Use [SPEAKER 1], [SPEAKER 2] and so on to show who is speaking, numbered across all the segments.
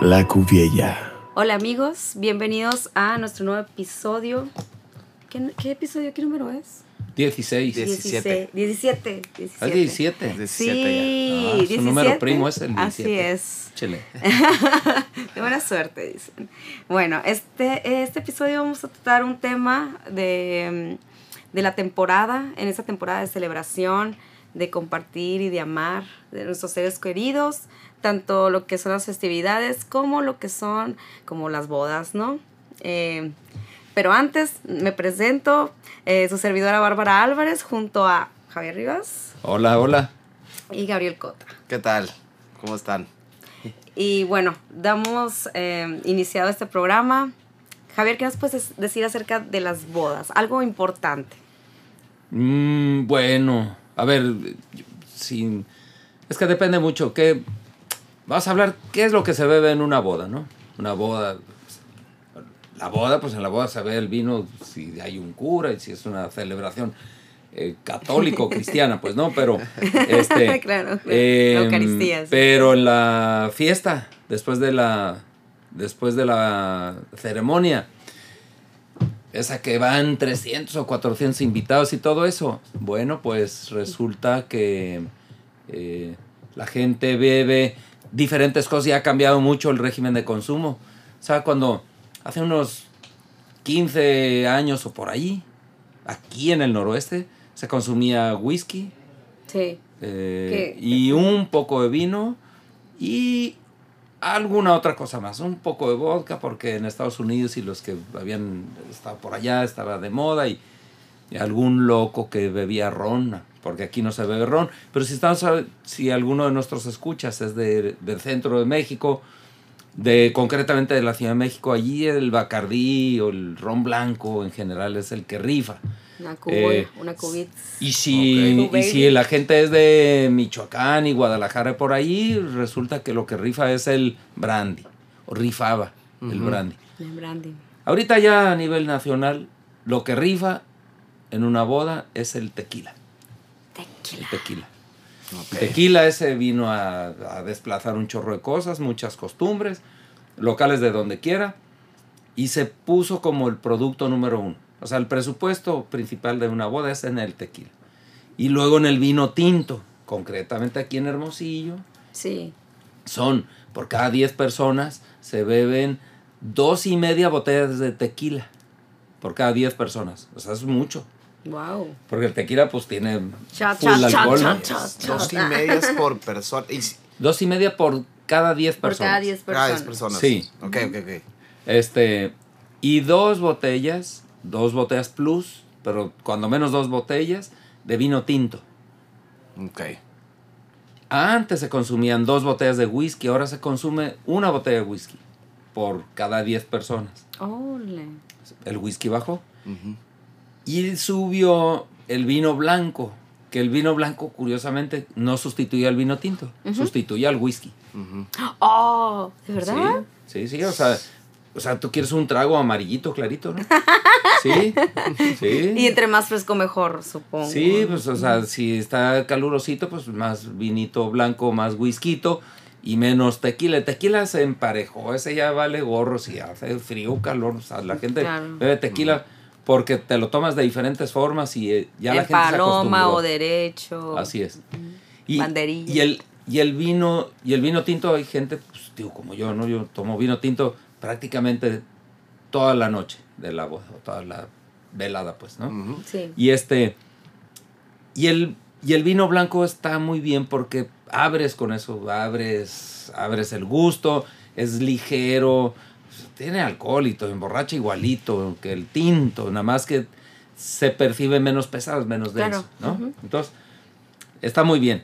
[SPEAKER 1] la cubiella.
[SPEAKER 2] Hola amigos, bienvenidos a nuestro nuevo episodio. ¿Qué, qué episodio, qué número es?
[SPEAKER 3] 16.
[SPEAKER 2] Dieciséis-
[SPEAKER 4] 17.
[SPEAKER 2] 17.
[SPEAKER 3] Ah,
[SPEAKER 2] 17.
[SPEAKER 3] 17.
[SPEAKER 2] Sí,
[SPEAKER 4] 17
[SPEAKER 3] Ah, su número
[SPEAKER 2] 17.
[SPEAKER 3] primo es el 17.
[SPEAKER 2] Así es.
[SPEAKER 3] Chile.
[SPEAKER 2] De buena suerte, dicen. Bueno, este, este episodio vamos a tratar un tema de, mm, de la temporada, en esta temporada de celebración, de compartir y de amar de nuestros seres queridos, tanto lo que son las festividades como lo que son como las bodas, ¿no? Eh, pero antes me presento eh, su servidora Bárbara Álvarez junto a Javier Rivas
[SPEAKER 3] Hola, hola.
[SPEAKER 2] y Gabriel Cota.
[SPEAKER 4] ¿Qué tal? ¿Cómo están?
[SPEAKER 2] Y bueno, damos eh, iniciado este programa. Javier, ¿qué nos puedes des- decir acerca de las bodas? Algo importante.
[SPEAKER 3] Mm, bueno, a ver, yo- sin... Es que depende mucho. ¿Qué... Vas a hablar qué es lo que se bebe en una boda, ¿no? Una boda... pues, La boda, pues en la boda se ve el vino si hay un cura y si es una celebración eh, católico-cristiana, pues no, pero... Este,
[SPEAKER 2] Claro, claro.
[SPEAKER 3] em,
[SPEAKER 2] La Eucaristía, sí.
[SPEAKER 3] Pero en la fiesta, después de la, después de la ceremonia, esa que van 300 o 400 invitados y todo eso. Bueno, pues resulta que eh, la gente bebe diferentes cosas y ha cambiado mucho el régimen de consumo. O sea, cuando hace unos 15 años o por ahí, aquí en el noroeste, se consumía whisky
[SPEAKER 2] Sí. ¿Qué?
[SPEAKER 3] eh, y un poco de vino y alguna otra cosa más, un poco de vodka, porque en Estados Unidos y los que habían estado por allá estaba de moda y, y algún loco que bebía ron, porque aquí no se bebe ron, pero si, estamos a- si alguno de nuestros escuchas es de- del centro de México, de concretamente de la Ciudad de México, allí el Bacardí o el ron blanco en general es el que rifa.
[SPEAKER 2] Una cuboy,
[SPEAKER 3] Eh,
[SPEAKER 2] una cubit.
[SPEAKER 3] Y si,
[SPEAKER 2] Ok.
[SPEAKER 3] y si la gente es de Michoacán y Guadalajara y por ahí, resulta que lo que rifa es el brandy. O rifaba el
[SPEAKER 4] Ujú.
[SPEAKER 3] brandy.
[SPEAKER 2] de brandy.
[SPEAKER 3] Ahorita ya a nivel nacional, lo que rifa en una boda es el tequila.
[SPEAKER 2] Tequila.
[SPEAKER 3] El tequila. El tequila ese vino a, a desplazar un chorro de cosas, muchas costumbres, locales de donde quiera, y se puso como el producto número uno. O sea, el presupuesto principal de una boda es en el tequila. Y luego en el vino tinto, concretamente aquí en Hermosillo,
[SPEAKER 2] Sí.
[SPEAKER 3] son por cada 10 personas se beben dos y media botellas de tequila. Por cada 10 personas. O sea, es mucho.
[SPEAKER 2] Wow.
[SPEAKER 3] Porque el tequila pues tiene
[SPEAKER 2] Shot,
[SPEAKER 3] full
[SPEAKER 2] shot, shot,
[SPEAKER 3] alcohol, ¿no?
[SPEAKER 2] shot, shot.
[SPEAKER 4] Dos y medias por persona. Y si-
[SPEAKER 3] Dos y media por cada diez
[SPEAKER 2] Por
[SPEAKER 3] personas.
[SPEAKER 2] cada 10
[SPEAKER 4] Ah,
[SPEAKER 2] personas.
[SPEAKER 4] es personas.
[SPEAKER 3] Sí.
[SPEAKER 4] Ok, ok, ok.
[SPEAKER 3] Este, y dos botellas, dos botellas plus, pero cuando menos dos botellas de vino tinto.
[SPEAKER 4] Ok.
[SPEAKER 3] Antes se consumían dos botellas de whisky, ahora se consume una botella de whisky por cada 10 personas.
[SPEAKER 2] Ole.
[SPEAKER 3] El whisky bajó.
[SPEAKER 4] Ujú.
[SPEAKER 3] Y subió el vino blanco, que el vino blanco curiosamente no sustituía al vino tinto, sustituía al whisky.
[SPEAKER 4] Ujú.
[SPEAKER 2] Oh, ¿de verdad?
[SPEAKER 3] Sí, sí, sí, o sea, o sea, tú quieres un trago amarillito clarito, ¿no? Sí, sí.
[SPEAKER 2] Y entre más fresco mejor, supongo.
[SPEAKER 3] Sí, pues, o sea, si está calurosito, pues más vinito blanco, más whiskyto y menos tequila. El Tequila se emparejó, ese ya vale gorro si hace frío o calor. O sea, la gente
[SPEAKER 2] Claro.
[SPEAKER 3] bebe tequila porque te lo tomas de diferentes formas y eh, ya
[SPEAKER 2] en
[SPEAKER 3] la gente se
[SPEAKER 2] paloma
[SPEAKER 3] acostumbró.
[SPEAKER 2] o derecho.
[SPEAKER 3] Así es. Y,
[SPEAKER 2] Banderilla.
[SPEAKER 3] y el, y el vino, y el vino tinto, hay gente, pues, digo, como yo, ¿no? Yo tomo vino tinto prácticamente toda la noche de la boda, o toda la velada, pues, ¿no?
[SPEAKER 4] Ujú.
[SPEAKER 2] Sí.
[SPEAKER 3] Y este. Y el, y el vino blanco está muy bien porque abres con eso, abres, abres el gusto, es ligero, tiene alcohol y todo, emborracha igualito que el tinto, nada más que se percibe menos pesado, menos
[SPEAKER 2] Claro,
[SPEAKER 3] denso, ¿no?
[SPEAKER 2] ujú.
[SPEAKER 3] Entonces, está muy bien.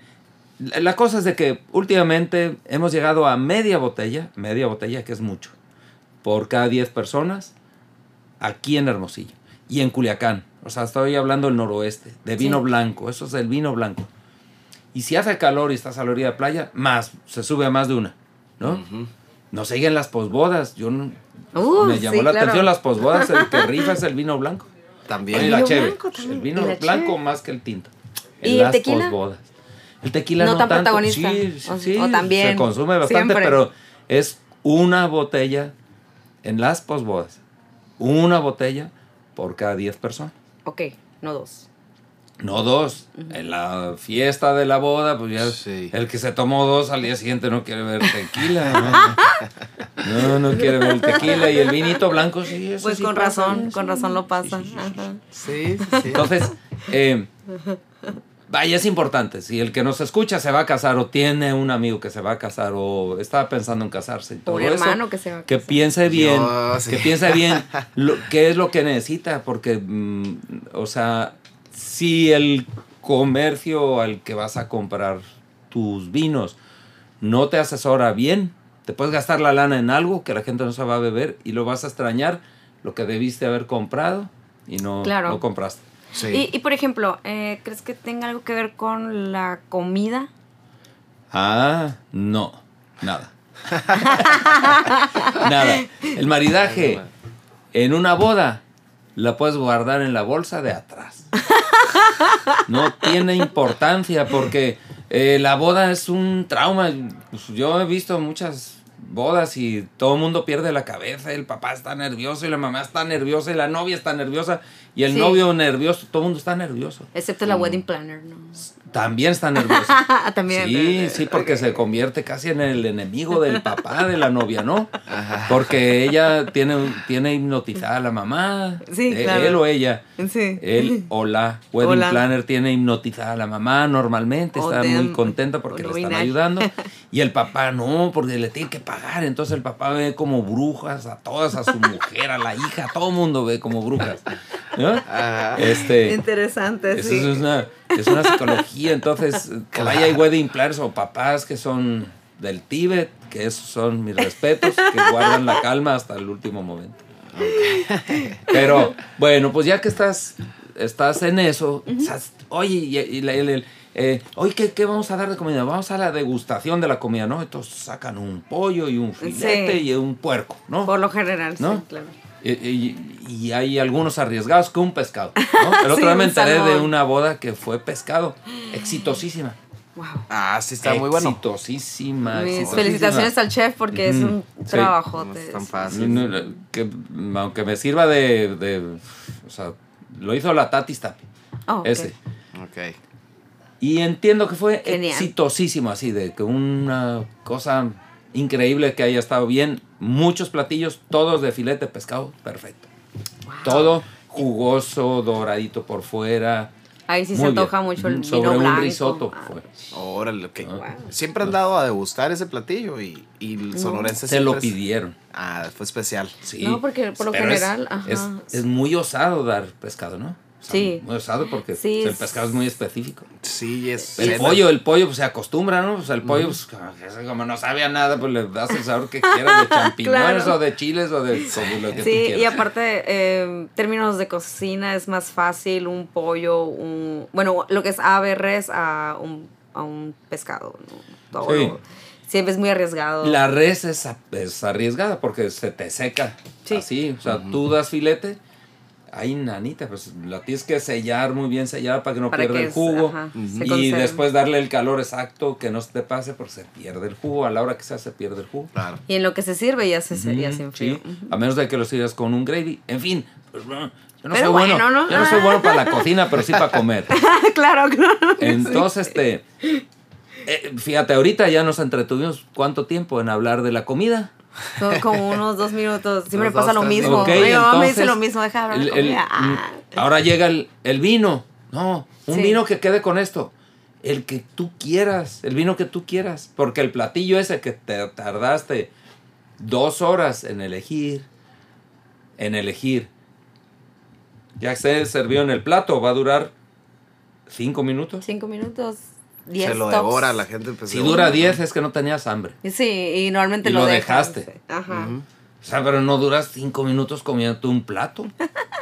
[SPEAKER 3] La, la cosa es de que últimamente hemos llegado a media botella, media botella que es mucho, por cada 10 personas aquí en Hermosillo y en Culiacán. O sea, estoy hablando del noroeste, de vino
[SPEAKER 2] Sí.
[SPEAKER 3] blanco, eso es el vino blanco. Y si hace calor y estás a la orilla de playa, más, se sube a más de una, ¿no?
[SPEAKER 4] Ujú.
[SPEAKER 3] Nos siguen las posbodas, yo no-
[SPEAKER 2] Uh,
[SPEAKER 3] me llamó
[SPEAKER 2] sí,
[SPEAKER 3] la
[SPEAKER 2] claro.
[SPEAKER 3] atención las posbodas, el que rifa es el vino blanco.
[SPEAKER 4] También.
[SPEAKER 3] Y
[SPEAKER 2] El
[SPEAKER 3] la
[SPEAKER 2] vino
[SPEAKER 3] cheve,
[SPEAKER 2] blanco también,
[SPEAKER 3] el vino
[SPEAKER 2] y la
[SPEAKER 3] blanco
[SPEAKER 2] cheve.
[SPEAKER 3] más que el tinto.
[SPEAKER 2] ¿Y
[SPEAKER 3] En
[SPEAKER 2] el
[SPEAKER 3] las
[SPEAKER 2] tequila?
[SPEAKER 3] posbodas. El tequila
[SPEAKER 2] No
[SPEAKER 3] no,
[SPEAKER 2] tan
[SPEAKER 3] tanto,
[SPEAKER 2] protagonista,
[SPEAKER 3] sí,
[SPEAKER 2] o-
[SPEAKER 3] sí,
[SPEAKER 2] o también,
[SPEAKER 3] se consume bastante,
[SPEAKER 2] siempre.
[SPEAKER 3] pero es una botella en las posbodas. Una botella por cada 10 personas.
[SPEAKER 2] Ok, no dos.
[SPEAKER 3] No dos. En la fiesta de la boda, pues ya
[SPEAKER 4] Sí.
[SPEAKER 3] el que se tomó dos al día siguiente no quiere ver tequila. No, no, no quiere ver el tequila y el vinito blanco, sí. eso
[SPEAKER 2] Pues
[SPEAKER 3] sí
[SPEAKER 2] con
[SPEAKER 3] pasa,
[SPEAKER 2] razón,
[SPEAKER 3] eso
[SPEAKER 2] con razón lo pasa. Ajá.
[SPEAKER 4] Sí, sí, sí.
[SPEAKER 3] Entonces, eh, vaya, es importante. Si el que nos escucha se va a casar o tiene un amigo que se va a casar o está pensando en casarse y todo
[SPEAKER 2] O un
[SPEAKER 3] eso,
[SPEAKER 2] hermano que se va a
[SPEAKER 3] que
[SPEAKER 2] casar.
[SPEAKER 3] piense bien,
[SPEAKER 4] Yo, sí.
[SPEAKER 3] que piense bien lo- qué es lo que necesita, porque, mm, o sea, si el comercio al que vas a comprar tus vinos no te asesora bien, te puedes gastar la lana en algo que la gente no se va a beber y lo vas a extrañar lo que debiste haber comprado y no,
[SPEAKER 2] Claro.
[SPEAKER 3] no compraste.
[SPEAKER 4] Sí.
[SPEAKER 2] Y, y, por ejemplo, eh, ¿crees que tenga algo que ver con la comida?
[SPEAKER 3] Ah, no, nada. nada. El maridaje en una boda la puedes guardar en la bolsa de atrás. No tiene importancia porque eh, la boda es un trauma. Pues Yo he visto muchas bodas y todo el mundo pierde la cabeza. El papá está nervioso y la mamá está nerviosa y la novia está nerviosa y el
[SPEAKER 2] Sí.
[SPEAKER 3] novio nervioso. Todo el mundo está nervioso.
[SPEAKER 2] Excepto
[SPEAKER 3] Mm.
[SPEAKER 2] la wedding planner, ¿no?
[SPEAKER 3] También está nervioso.
[SPEAKER 2] Ah, también.
[SPEAKER 3] Sí, sí, porque se convierte casi en el enemigo del papá de la novia, ¿no? Porque ella tiene, tiene hipnotizada a la mamá,
[SPEAKER 2] Sí,
[SPEAKER 3] eh,
[SPEAKER 2] claro.
[SPEAKER 3] él o ella.
[SPEAKER 2] Sí.
[SPEAKER 3] Él o la wedding
[SPEAKER 2] Hola.
[SPEAKER 3] planner tiene hipnotizada a la mamá normalmente,
[SPEAKER 2] O
[SPEAKER 3] está
[SPEAKER 2] them,
[SPEAKER 3] muy contenta
[SPEAKER 2] o
[SPEAKER 3] porque le
[SPEAKER 2] no
[SPEAKER 3] están
[SPEAKER 2] binario.
[SPEAKER 3] ayudando. Y el papá no, porque le tiene que pagar. Entonces el papá ve como brujas a todas, a su mujer, a la hija, a todo mundo ve como brujas. ¿no?
[SPEAKER 4] Ajá.
[SPEAKER 3] Este,
[SPEAKER 2] Interesante,
[SPEAKER 3] eso es una, es una psicología. Entonces, por ahí hay wedding planners o papás que son del Tíbet, que esos son mis respetos, que guardan la calma hasta el último momento. Pero, bueno, pues ya que estás, estás en eso, estás- oye, y, y la- el- el, eh, oye, ¿qué, qué vamos a dar de comida? Vamos a la degustación de la comida, ¿no? Entonces sacan un pollo y un filete
[SPEAKER 2] Sí.
[SPEAKER 3] y un puerco, ¿no?
[SPEAKER 2] Por lo general, sí,
[SPEAKER 3] ¿No?
[SPEAKER 2] claro.
[SPEAKER 3] Y, y- y hay algunos arriesgados que un pescado. ¿no? El otro
[SPEAKER 2] Sí,
[SPEAKER 3] día me
[SPEAKER 2] un
[SPEAKER 3] enteré de
[SPEAKER 2] salmón.
[SPEAKER 3] una boda que fue pescado. Exitosísima.
[SPEAKER 2] Wow.
[SPEAKER 4] Ah, sí, está muy bueno.
[SPEAKER 3] Exitosísima.
[SPEAKER 2] Mis
[SPEAKER 3] exitosísima.
[SPEAKER 2] felicitaciones al chef porque es un
[SPEAKER 3] Ujú, sí.
[SPEAKER 2] trabajote.
[SPEAKER 4] No es tan
[SPEAKER 2] sí.
[SPEAKER 4] fácil.
[SPEAKER 3] No, no, que, aunque me sirva de, de- O sea, lo hizo la Tatis Tapi.
[SPEAKER 2] Ah, ok.
[SPEAKER 3] Ese.
[SPEAKER 4] Ok.
[SPEAKER 3] Y entiendo que fue
[SPEAKER 2] Genial.
[SPEAKER 3] exitosísimo, así de que una cosa increíble que haya estado bien. Muchos platillos, todos de filete de pescado, perfecto.
[SPEAKER 2] Wow.
[SPEAKER 3] Todo jugoso, doradito por fuera.
[SPEAKER 2] Ahí sí se
[SPEAKER 3] Muy
[SPEAKER 2] antoja
[SPEAKER 3] bien.
[SPEAKER 2] mucho el
[SPEAKER 3] Mm,
[SPEAKER 2] vino
[SPEAKER 3] Sobre
[SPEAKER 2] blanco.
[SPEAKER 3] un risotto.
[SPEAKER 2] Ah,
[SPEAKER 3] fue.
[SPEAKER 4] Órale, ok.
[SPEAKER 3] Ah.
[SPEAKER 2] Wow.
[SPEAKER 4] Siempre han dado a degustar ese platillo y, y
[SPEAKER 2] Mm.
[SPEAKER 4] el sonorense
[SPEAKER 3] Se lo
[SPEAKER 4] siempre es-
[SPEAKER 3] pidieron.
[SPEAKER 4] Ah, fue especial.
[SPEAKER 3] Sí.
[SPEAKER 2] No, porque por lo
[SPEAKER 3] Pero es-
[SPEAKER 2] general, ajá.
[SPEAKER 3] Es, es muy osado dar pescado, ¿no? O sea,
[SPEAKER 2] Sí.
[SPEAKER 3] Muy osado porque
[SPEAKER 2] Sí,
[SPEAKER 3] o sea, el
[SPEAKER 2] es-
[SPEAKER 3] pescado es muy específico.
[SPEAKER 4] Sí, es.
[SPEAKER 3] El
[SPEAKER 4] cena.
[SPEAKER 3] pollo, el pollo pues, se acostumbra, ¿no? O sea, el pollo, pues, como que ese como no sabe a nada, pues le das el sabor que quieras de champiñones
[SPEAKER 2] Claro.
[SPEAKER 3] o de chiles o de como lo que tú
[SPEAKER 2] Sí, y
[SPEAKER 3] quieras.
[SPEAKER 2] aparte, eh, términos de cocina es más fácil un pollo, un. Bueno, lo que es ave, res a un, a un pescado. ¿no? Todo.
[SPEAKER 3] Sí.
[SPEAKER 2] Siempre es muy arriesgado.
[SPEAKER 3] La res es, a- es arriesgada porque se te seca.
[SPEAKER 2] Sí.
[SPEAKER 3] Así, o sea, tú das filete, ahí nanita, pues la tienes que sellar muy bien sellada para que no
[SPEAKER 2] Para
[SPEAKER 3] pierda
[SPEAKER 2] que
[SPEAKER 3] el
[SPEAKER 2] es-
[SPEAKER 3] jugo.
[SPEAKER 2] ajá, se
[SPEAKER 3] y
[SPEAKER 2] conserve.
[SPEAKER 3] después darle el calor exacto, que no se te pase porque se pierde el jugo. A la hora que sea se pierde el jugo.
[SPEAKER 4] Claro.
[SPEAKER 2] Y en lo que se sirve ya se, se- ya
[SPEAKER 3] Mm,
[SPEAKER 2] se enfría.
[SPEAKER 3] sí, A menos de que lo sirvas con un gravy. En fin, pues, bueno, yo no
[SPEAKER 2] Pero
[SPEAKER 3] soy bueno.
[SPEAKER 2] bueno, ¿no?
[SPEAKER 3] Yo no soy bueno para la cocina, pero sí para comer.
[SPEAKER 2] claro, claro. que sí.
[SPEAKER 3] Entonces, este. eh, fíjate, ahorita ya nos entretuvimos cuánto tiempo en hablar de la comida.
[SPEAKER 2] Son como unos dos minutos. Siempre
[SPEAKER 4] Unos
[SPEAKER 2] me pasa
[SPEAKER 4] dos,
[SPEAKER 2] lo
[SPEAKER 4] tres
[SPEAKER 2] mismo.
[SPEAKER 4] minutos.
[SPEAKER 3] Ok,
[SPEAKER 2] Mi mamá me dice
[SPEAKER 3] entonces,
[SPEAKER 2] lo mismo, deja de hablar.
[SPEAKER 3] el-
[SPEAKER 2] de
[SPEAKER 3] el-
[SPEAKER 2] comida. Ah.
[SPEAKER 3] mm, ahora llega el, el vino. No, un
[SPEAKER 2] Sí.
[SPEAKER 3] vino que quede con esto. El que tú quieras, el vino que tú quieras. Porque el platillo ese que te tardaste dos horas en elegir, en elegir, ya se sirvió en el plato, va a durar cinco minutos.
[SPEAKER 2] Cinco minutos, diez.
[SPEAKER 4] Se lo
[SPEAKER 2] tops.
[SPEAKER 4] devora la gente. pues,
[SPEAKER 3] Si
[SPEAKER 4] se-
[SPEAKER 3] dura diez es que no tenías hambre.
[SPEAKER 2] Sí, y normalmente
[SPEAKER 3] Y
[SPEAKER 2] lo,
[SPEAKER 3] lo
[SPEAKER 2] dejas.
[SPEAKER 3] dejaste.
[SPEAKER 2] Ajá.
[SPEAKER 3] O sea, pero no duras cinco minutos comiéndote un plato.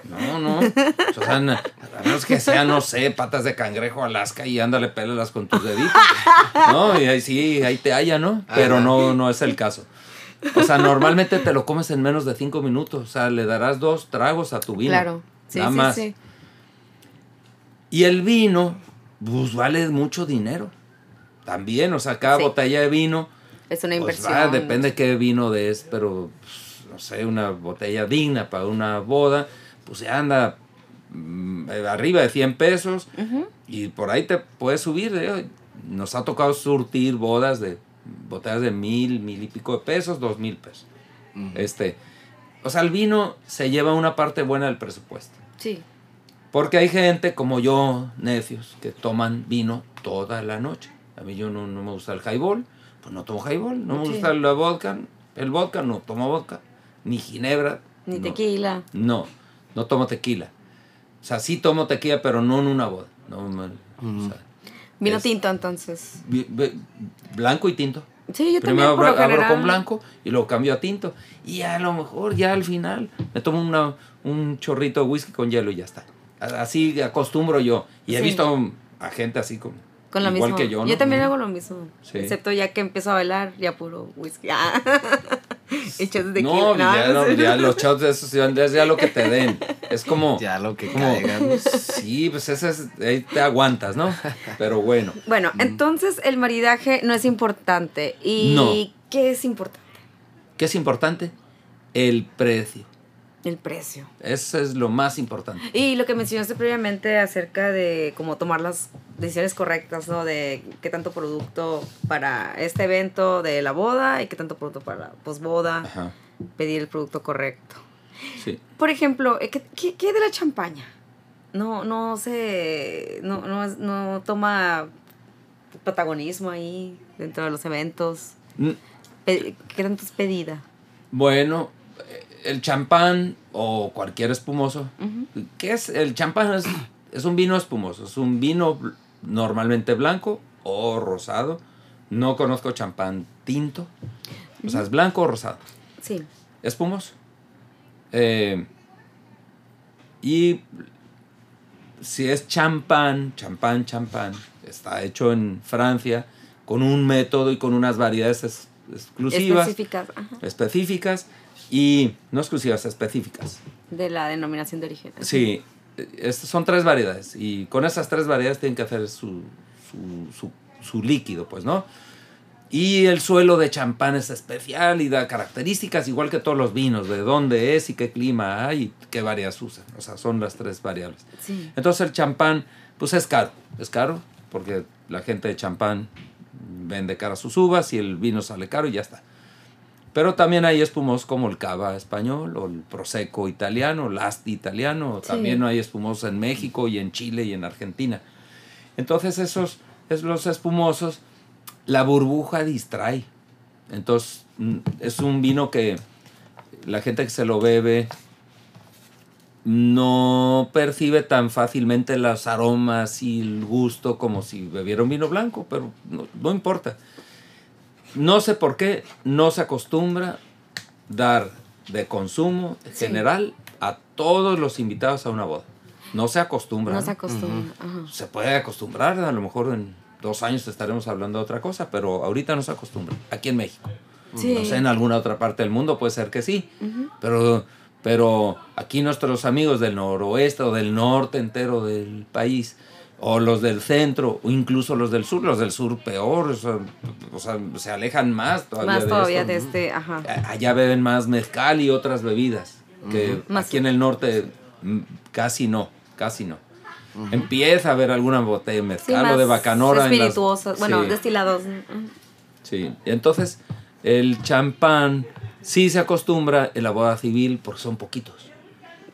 [SPEAKER 3] No, no. O sea, na- a menos que sea, no sé, patas de cangrejo Alaska y ándale, pélalas con tus deditos. No, y ahí sí, ahí te halla, ¿no? Pero
[SPEAKER 4] Ajá.
[SPEAKER 3] no, no es el caso. O sea, normalmente te lo comes en menos de cinco minutos. O sea, le darás dos tragos a tu vino.
[SPEAKER 2] Claro. Sí,
[SPEAKER 3] nada
[SPEAKER 2] sí,
[SPEAKER 3] más.
[SPEAKER 2] sí.
[SPEAKER 3] Y el vino, pues vale mucho dinero. También, o sea, cada
[SPEAKER 2] Sí.
[SPEAKER 3] botella de vino
[SPEAKER 2] Es una
[SPEAKER 3] Pues
[SPEAKER 2] inversión.
[SPEAKER 3] va, depende qué vino de es, pero pues, no sé, una botella digna para una boda, pues ya anda mm, eh, arriba de 100 pesos y por ahí te puedes subir. eh. Nos ha tocado surtir bodas de botellas de mil, mil y pico de pesos, dos mil pesos. Este, o sea, el vino se lleva una parte buena del presupuesto.
[SPEAKER 2] Sí.
[SPEAKER 3] Porque hay gente como yo, necios, que toman vino toda la noche. A mí yo no, no me gusta el highball, pues no tomo highball. No me
[SPEAKER 2] Sí.
[SPEAKER 3] gusta la vodka, el vodka no tomo vodka. Ni ginebra.
[SPEAKER 2] Ni
[SPEAKER 3] no.
[SPEAKER 2] tequila.
[SPEAKER 3] No, no tomo tequila. O sea, sí tomo tequila, pero no en una boda. No, man, o sea,
[SPEAKER 2] Vino
[SPEAKER 3] Es-
[SPEAKER 2] tinto entonces.
[SPEAKER 3] vi- vi- blanco y tinto.
[SPEAKER 2] Sí, yo también
[SPEAKER 3] Primero
[SPEAKER 2] por
[SPEAKER 3] abro,
[SPEAKER 2] lo
[SPEAKER 3] abro
[SPEAKER 2] general.
[SPEAKER 3] con blanco y luego cambio a tinto. Y a lo mejor ya al final me tomo una- un chorrito de whisky con hielo y ya está. A- Así acostumbro yo. Y he
[SPEAKER 2] Sí.
[SPEAKER 3] visto a gente así como.
[SPEAKER 2] Con la
[SPEAKER 3] igual
[SPEAKER 2] misma.
[SPEAKER 3] que yo. ¿no?
[SPEAKER 2] también
[SPEAKER 3] Ujú.
[SPEAKER 2] hago lo mismo.
[SPEAKER 3] Sí.
[SPEAKER 2] Excepto ya que empiezo a bailar, ya puro whisky. Ah. Y shots de
[SPEAKER 3] No, pues
[SPEAKER 2] tequila.
[SPEAKER 3] ya, no, ya los shots de esos ya es ya lo que te den. Es como.
[SPEAKER 4] Ya lo que
[SPEAKER 3] como-
[SPEAKER 4] caigan.
[SPEAKER 3] Sí, pues ese es, ahí te aguantas, ¿no? Pero bueno.
[SPEAKER 2] Bueno, entonces el maridaje no es importante. ¿Y
[SPEAKER 3] No.
[SPEAKER 2] qué es importante?
[SPEAKER 3] ¿Qué es importante? El precio.
[SPEAKER 2] El precio.
[SPEAKER 3] Eso es lo más importante.
[SPEAKER 2] Y lo que mencionaste previamente acerca de cómo tomar las decisiones correctas, ¿no? De qué tanto producto para este evento de la boda y qué tanto producto para la posboda,
[SPEAKER 3] Ajá.
[SPEAKER 2] pedir el producto correcto.
[SPEAKER 3] Sí.
[SPEAKER 2] Por ejemplo, eh, ¿qué, qué, qué de la champaña? No, no se, no, no, es- no toma protagonismo ahí dentro de los eventos.
[SPEAKER 3] Mm,
[SPEAKER 2] Pe- ¿Qué tanto es pedida?
[SPEAKER 3] Bueno, eh, el champán o cualquier espumoso. ¿Qué es? El champán es, es un vino espumoso. Es un vino bl- normalmente blanco o rosado. No conozco champán tinto. O sea, es blanco o rosado.
[SPEAKER 2] Sí.
[SPEAKER 3] Espumoso. Eh, y si es champán, champán, champán, está hecho en Francia con un método y con unas variedades ex- exclusivas
[SPEAKER 2] Específicas ajá,
[SPEAKER 3] específicas y no exclusivas, específicas.
[SPEAKER 2] de la denominación de origen.
[SPEAKER 3] Sí, eh, estas son tres variedades y con esas tres variedades tienen que hacer su, su, su- su líquido, pues, ¿no? Y el suelo de champán es especial y da características igual que todos los vinos, de dónde es y qué clima hay y qué variedades usan. O sea, son las tres variables.
[SPEAKER 2] Sí.
[SPEAKER 3] Entonces el champán, pues es caro, es caro, porque la gente de champán vende cara sus uvas y el vino sale caro y ya está. Pero también hay espumosos como el cava español o el prosecco italiano, el asti italiano,
[SPEAKER 2] Sí.
[SPEAKER 3] también hay espumosos en México y en Chile y en Argentina. Entonces esos, es los espumosos, la burbuja distrae. Entonces mm, es un vino que la gente que se lo bebe no percibe tan fácilmente los aromas y el gusto como si bebiera un vino blanco, pero no, no importa. No sé por qué no se acostumbra dar de consumo
[SPEAKER 2] Sí.
[SPEAKER 3] general a todos los invitados a una boda. No se acostumbra.
[SPEAKER 2] No se
[SPEAKER 3] ¿no?
[SPEAKER 2] acostumbra. ajá.
[SPEAKER 3] se puede acostumbrar, a lo mejor en dos años estaremos hablando de otra cosa, pero ahorita no se acostumbra, aquí en México.
[SPEAKER 2] Sí.
[SPEAKER 3] No sé, en alguna otra parte del mundo puede ser que sí, pero, pero aquí nuestros amigos del noroeste o del norte entero del país, o los del centro, o incluso los del sur, los del sur peor, o sea, o sea, se alejan más todavía.
[SPEAKER 2] Más
[SPEAKER 3] de
[SPEAKER 2] todavía
[SPEAKER 3] esto. Eh,
[SPEAKER 2] de este, ajá.
[SPEAKER 3] A- Allá beben más mezcal y otras bebidas. Que
[SPEAKER 2] Más-
[SPEAKER 3] aquí en el norte mm, casi no, casi no. Empieza a haber alguna botella de
[SPEAKER 2] Sí,
[SPEAKER 3] mezcal o
[SPEAKER 2] más
[SPEAKER 3] de bacanora. en las-
[SPEAKER 2] Espirituosos, bueno,
[SPEAKER 3] Sí,
[SPEAKER 2] destilados.
[SPEAKER 3] sí. Entonces, el champán sí se acostumbra en la boda civil porque son poquitos.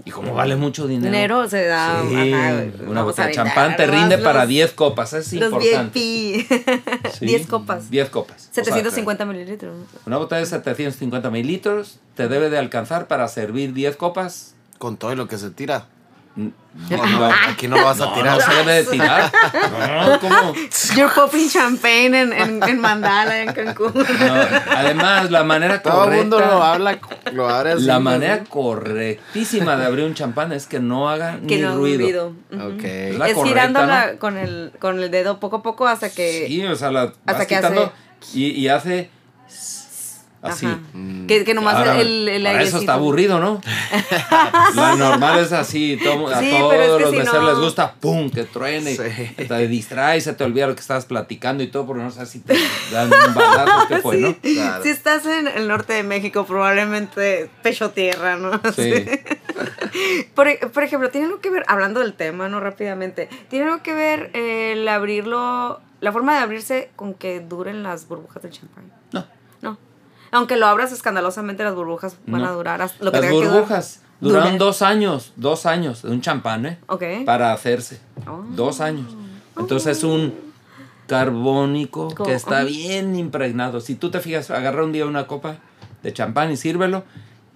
[SPEAKER 3] Y como vale mucho dinero.
[SPEAKER 2] Dinero se da.
[SPEAKER 3] sí,
[SPEAKER 2] ajá,
[SPEAKER 3] una
[SPEAKER 2] vamos a
[SPEAKER 3] botella de champán te
[SPEAKER 2] brindar,
[SPEAKER 3] rinde
[SPEAKER 2] los-
[SPEAKER 3] para 10 copas. Es
[SPEAKER 2] Los
[SPEAKER 3] importante.
[SPEAKER 2] VIP.
[SPEAKER 3] Sí,
[SPEAKER 2] 10 copas.
[SPEAKER 3] 10 copas. O sea,
[SPEAKER 2] 750 mililitros.
[SPEAKER 3] Una botella de 750 mililitros te debe de alcanzar para servir 10 copas.
[SPEAKER 4] Con todo lo que se tira.
[SPEAKER 3] No,
[SPEAKER 4] No, aquí no lo vas a
[SPEAKER 3] Mm, no,
[SPEAKER 4] tirar.
[SPEAKER 3] no se debe de tirar. No, ¿cómo?
[SPEAKER 2] You're popping champagne en, en, en Mandala, en Cancún.
[SPEAKER 3] No, Además, la manera
[SPEAKER 4] Todo el mundo lo
[SPEAKER 3] correcta.
[SPEAKER 4] habla, lo abre así.
[SPEAKER 3] La manera correctísima de abrir un champán es que no haga
[SPEAKER 2] que
[SPEAKER 3] ni
[SPEAKER 2] no
[SPEAKER 3] ruido.
[SPEAKER 2] Ujú.
[SPEAKER 4] Ok.
[SPEAKER 3] Es la
[SPEAKER 2] Es
[SPEAKER 3] correcta,
[SPEAKER 2] girándola
[SPEAKER 3] ¿no?
[SPEAKER 2] con, el, con el dedo poco a poco hasta que.
[SPEAKER 3] Sí, o sea, la vas
[SPEAKER 2] que hace-
[SPEAKER 3] quitando y, y hace. así.
[SPEAKER 2] Ajá. Que, que nomás
[SPEAKER 3] Ahora,
[SPEAKER 2] el, el
[SPEAKER 3] para eso
[SPEAKER 2] airecito.
[SPEAKER 3] está aburrido, ¿no? La normal es así, todo- a
[SPEAKER 2] Sí, pero
[SPEAKER 3] todos
[SPEAKER 2] es que
[SPEAKER 3] los
[SPEAKER 2] si
[SPEAKER 3] meseros
[SPEAKER 2] no-
[SPEAKER 3] les gusta, ¡pum! que truene,
[SPEAKER 4] Sí.
[SPEAKER 3] y te distrae, se te olvida lo que estabas platicando y todo, porque no sé si te dan un balazo, ¿qué fue, no?
[SPEAKER 4] Claro.
[SPEAKER 2] Ah, Si estás en el norte de México, probablemente pecho tierra, ¿no?
[SPEAKER 3] Sí.
[SPEAKER 2] Por, e- por ejemplo, tiene algo que ver, hablando del tema, ¿no? Rápidamente, tiene algo que ver eh, el abrirlo, la forma de abrirse con que duren las burbujas del champán.
[SPEAKER 3] No.
[SPEAKER 2] No. Aunque lo abras escandalosamente, las burbujas van
[SPEAKER 3] No.
[SPEAKER 2] a durar hasta lo que
[SPEAKER 3] Las
[SPEAKER 2] tengan que durar.
[SPEAKER 3] burbujas duraron
[SPEAKER 2] Duran.
[SPEAKER 3] dos años, dos años de un champán, ¿eh?
[SPEAKER 2] Ok.
[SPEAKER 3] Para hacerse.
[SPEAKER 2] Oh.
[SPEAKER 3] Dos años. Entonces es un carbónico
[SPEAKER 2] Co-
[SPEAKER 3] que está
[SPEAKER 2] ajá.
[SPEAKER 3] bien impregnado. Si tú te fijas, agarra un día una copa de champán y sírvelo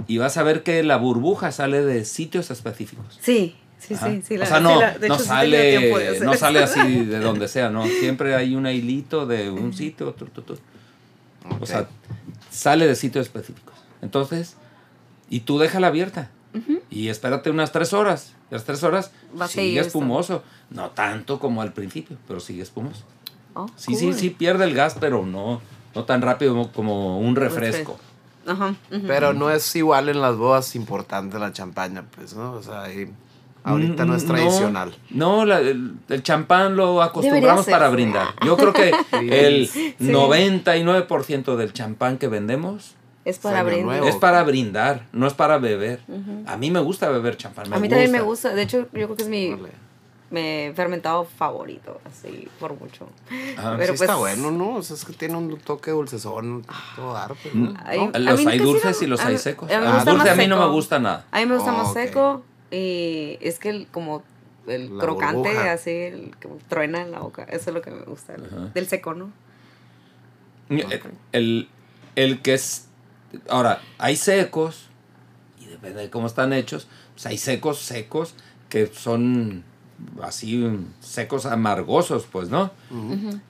[SPEAKER 3] y vas a ver que la burbuja sale de sitios específicos.
[SPEAKER 2] Sí, sí,
[SPEAKER 3] Ajá.
[SPEAKER 2] sí, sí.
[SPEAKER 3] o sea, no,
[SPEAKER 2] sí, de
[SPEAKER 3] no
[SPEAKER 2] hecho, sí tenía tiempo de
[SPEAKER 3] sale,
[SPEAKER 2] hacer
[SPEAKER 3] no
[SPEAKER 2] eso.
[SPEAKER 3] sale así de donde sea, ¿no? Siempre hay un hilito de un sitio, otro, otro, otro. O sea, sale de sitios específicos. Entonces, y tú déjala abierta. Y espérate unas tres horas. Las tres horas
[SPEAKER 2] Va a
[SPEAKER 3] sigue
[SPEAKER 2] seguir esto.
[SPEAKER 3] espumoso. No tanto como al principio, pero sigue espumoso.
[SPEAKER 2] Oh,
[SPEAKER 3] Sí, sí,
[SPEAKER 2] cool.
[SPEAKER 3] sí, pierde el gas, pero no, no tan rápido como, como un refresco.
[SPEAKER 2] Ajá. ujú.
[SPEAKER 4] Pero no es igual en las bodas importante la champaña, pues, ¿no? O sea, ahí- ahorita no es
[SPEAKER 3] Mm,
[SPEAKER 4] tradicional.
[SPEAKER 3] No, la- el, el champán lo acostumbramos
[SPEAKER 2] Debería
[SPEAKER 3] para
[SPEAKER 2] ser.
[SPEAKER 3] brindar. Yo creo que el
[SPEAKER 2] Sí.
[SPEAKER 3] 99% del champán que vendemos
[SPEAKER 2] Es para
[SPEAKER 4] Año
[SPEAKER 2] abrir.
[SPEAKER 4] nuevo.
[SPEAKER 3] es para brindar, no es para beber. A mí me gusta beber champán.
[SPEAKER 2] A mí también me gusta. De hecho, yo creo que es mi
[SPEAKER 4] Órale.
[SPEAKER 2] me- fermentado favorito, así, por mucho. pues
[SPEAKER 3] Ajá.
[SPEAKER 4] Sí está pues, bueno, ¿no? O sea, es que tiene un toque dulcezón, todo dar, pues,
[SPEAKER 3] Mm,
[SPEAKER 4] ¿no?
[SPEAKER 2] ay,
[SPEAKER 4] ¿No?
[SPEAKER 2] a
[SPEAKER 3] Los
[SPEAKER 2] mí
[SPEAKER 3] hay
[SPEAKER 2] casi
[SPEAKER 3] dulces
[SPEAKER 2] no-
[SPEAKER 3] y los
[SPEAKER 2] a
[SPEAKER 3] hay
[SPEAKER 2] mí-
[SPEAKER 3] secos.
[SPEAKER 2] a mí me
[SPEAKER 3] Ah,
[SPEAKER 2] gusta
[SPEAKER 3] dulce
[SPEAKER 2] más
[SPEAKER 3] a mí no
[SPEAKER 2] seco.
[SPEAKER 3] me gusta nada.
[SPEAKER 2] A mí me gusta
[SPEAKER 4] Oh,
[SPEAKER 2] más
[SPEAKER 4] ok.
[SPEAKER 2] seco y es que el, como el
[SPEAKER 4] La
[SPEAKER 2] crocante,
[SPEAKER 4] burbuja.
[SPEAKER 2] así, el, que truena en la boca. Eso es lo que me gusta del-
[SPEAKER 3] Ajá.
[SPEAKER 2] del seco, ¿no?
[SPEAKER 3] eh, El, el que es. Ahora, hay secos, y depende de cómo están hechos, pues hay secos, secos, que son así, secos amargosos, pues, ¿no?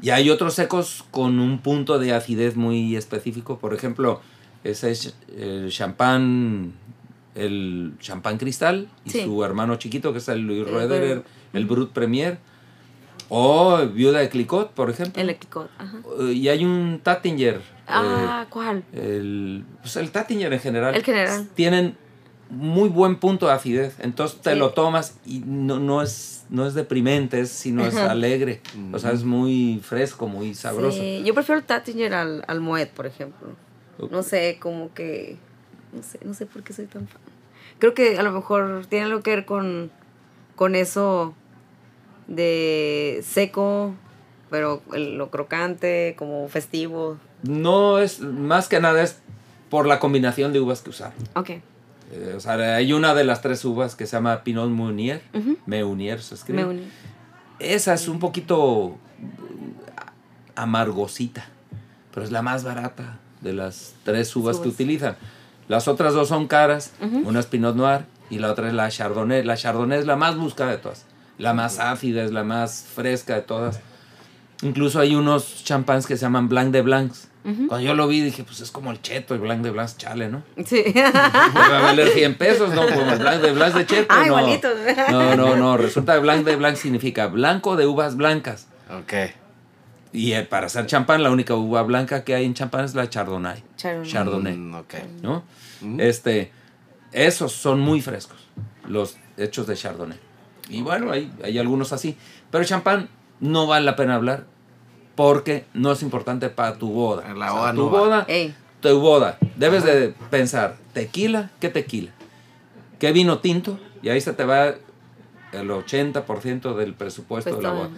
[SPEAKER 3] Y hay otros secos con un punto de acidez muy específico. Por ejemplo, ese es eh, el champán, el champán cristal y
[SPEAKER 2] Sí.
[SPEAKER 3] su hermano chiquito, que es el Louis
[SPEAKER 2] El
[SPEAKER 3] Roederer,
[SPEAKER 2] Brut.
[SPEAKER 3] el Brut Premier. O Viuda de Clicot, por ejemplo.
[SPEAKER 2] El eclicot. Ajá.
[SPEAKER 3] Eh, y hay un Tattinger.
[SPEAKER 2] Ah, ¿cuál?
[SPEAKER 3] eh, el, pues el Tattinger en general.
[SPEAKER 2] El general.
[SPEAKER 3] Tienen muy buen punto de acidez. Entonces te
[SPEAKER 2] Sí.
[SPEAKER 3] lo tomas y no, no, es, no es deprimente, es- sino es
[SPEAKER 2] Ajá.
[SPEAKER 3] alegre. O sea, es muy fresco, muy sabroso.
[SPEAKER 2] Sí, yo prefiero el Tattinger al, al Moet, por ejemplo. No sé, como que. No sé, no sé por qué soy tan fan. Creo que a lo mejor tiene algo que ver con, con eso de seco, pero el- lo crocante, como festivo.
[SPEAKER 3] No es, más que nada es por la combinación de uvas que usar.
[SPEAKER 2] Ok.
[SPEAKER 3] Eh, o sea, hay una de las tres uvas que se llama Pinot Meunier.
[SPEAKER 2] Ujú.
[SPEAKER 3] Meunier se escribe.
[SPEAKER 2] Me uní.
[SPEAKER 3] Esa es un poquito mm, amargosita, pero es la más barata de las tres uvas que
[SPEAKER 2] Uvas.
[SPEAKER 3] utilizan. Las otras dos son caras, una es Pinot Noir y la otra es la Chardonnay. La Chardonnay es la más buscada de todas, la más ácida, es la más fresca de todas. Incluso hay unos champans que se llaman Blanc de Blancs. Cuando yo lo vi dije, pues es como el cheto, el Blanc de Blancs, chale, ¿no?
[SPEAKER 2] Sí.
[SPEAKER 3] Me va a valer 100 pesos, ¿no? Como el Blanc de Blanc de Cheto.
[SPEAKER 2] Ah,
[SPEAKER 3] no.
[SPEAKER 2] igualito.
[SPEAKER 3] No, no, no. Resulta que Blanc de Blanc significa blanco de uvas blancas.
[SPEAKER 4] Ok.
[SPEAKER 3] Y eh, para hacer champán, la única uva blanca que hay en champán es la Chardonnay.
[SPEAKER 2] Chardonnay.
[SPEAKER 4] Mm, ok.
[SPEAKER 3] ¿no? Este, esos son muy frescos, los hechos de Chardonnay. Y bueno, hay, hay algunos así. Pero el champán no vale la pena hablar porque no es importante para tu boda.
[SPEAKER 4] En la boda
[SPEAKER 3] tu
[SPEAKER 4] no va.
[SPEAKER 3] boda
[SPEAKER 2] Ey.
[SPEAKER 3] tu boda, debes de pensar, tequila, ¿qué tequila? ¿Qué vino tinto? Y ahí se te va el 80% del
[SPEAKER 2] pues
[SPEAKER 3] presupuesto de la boda.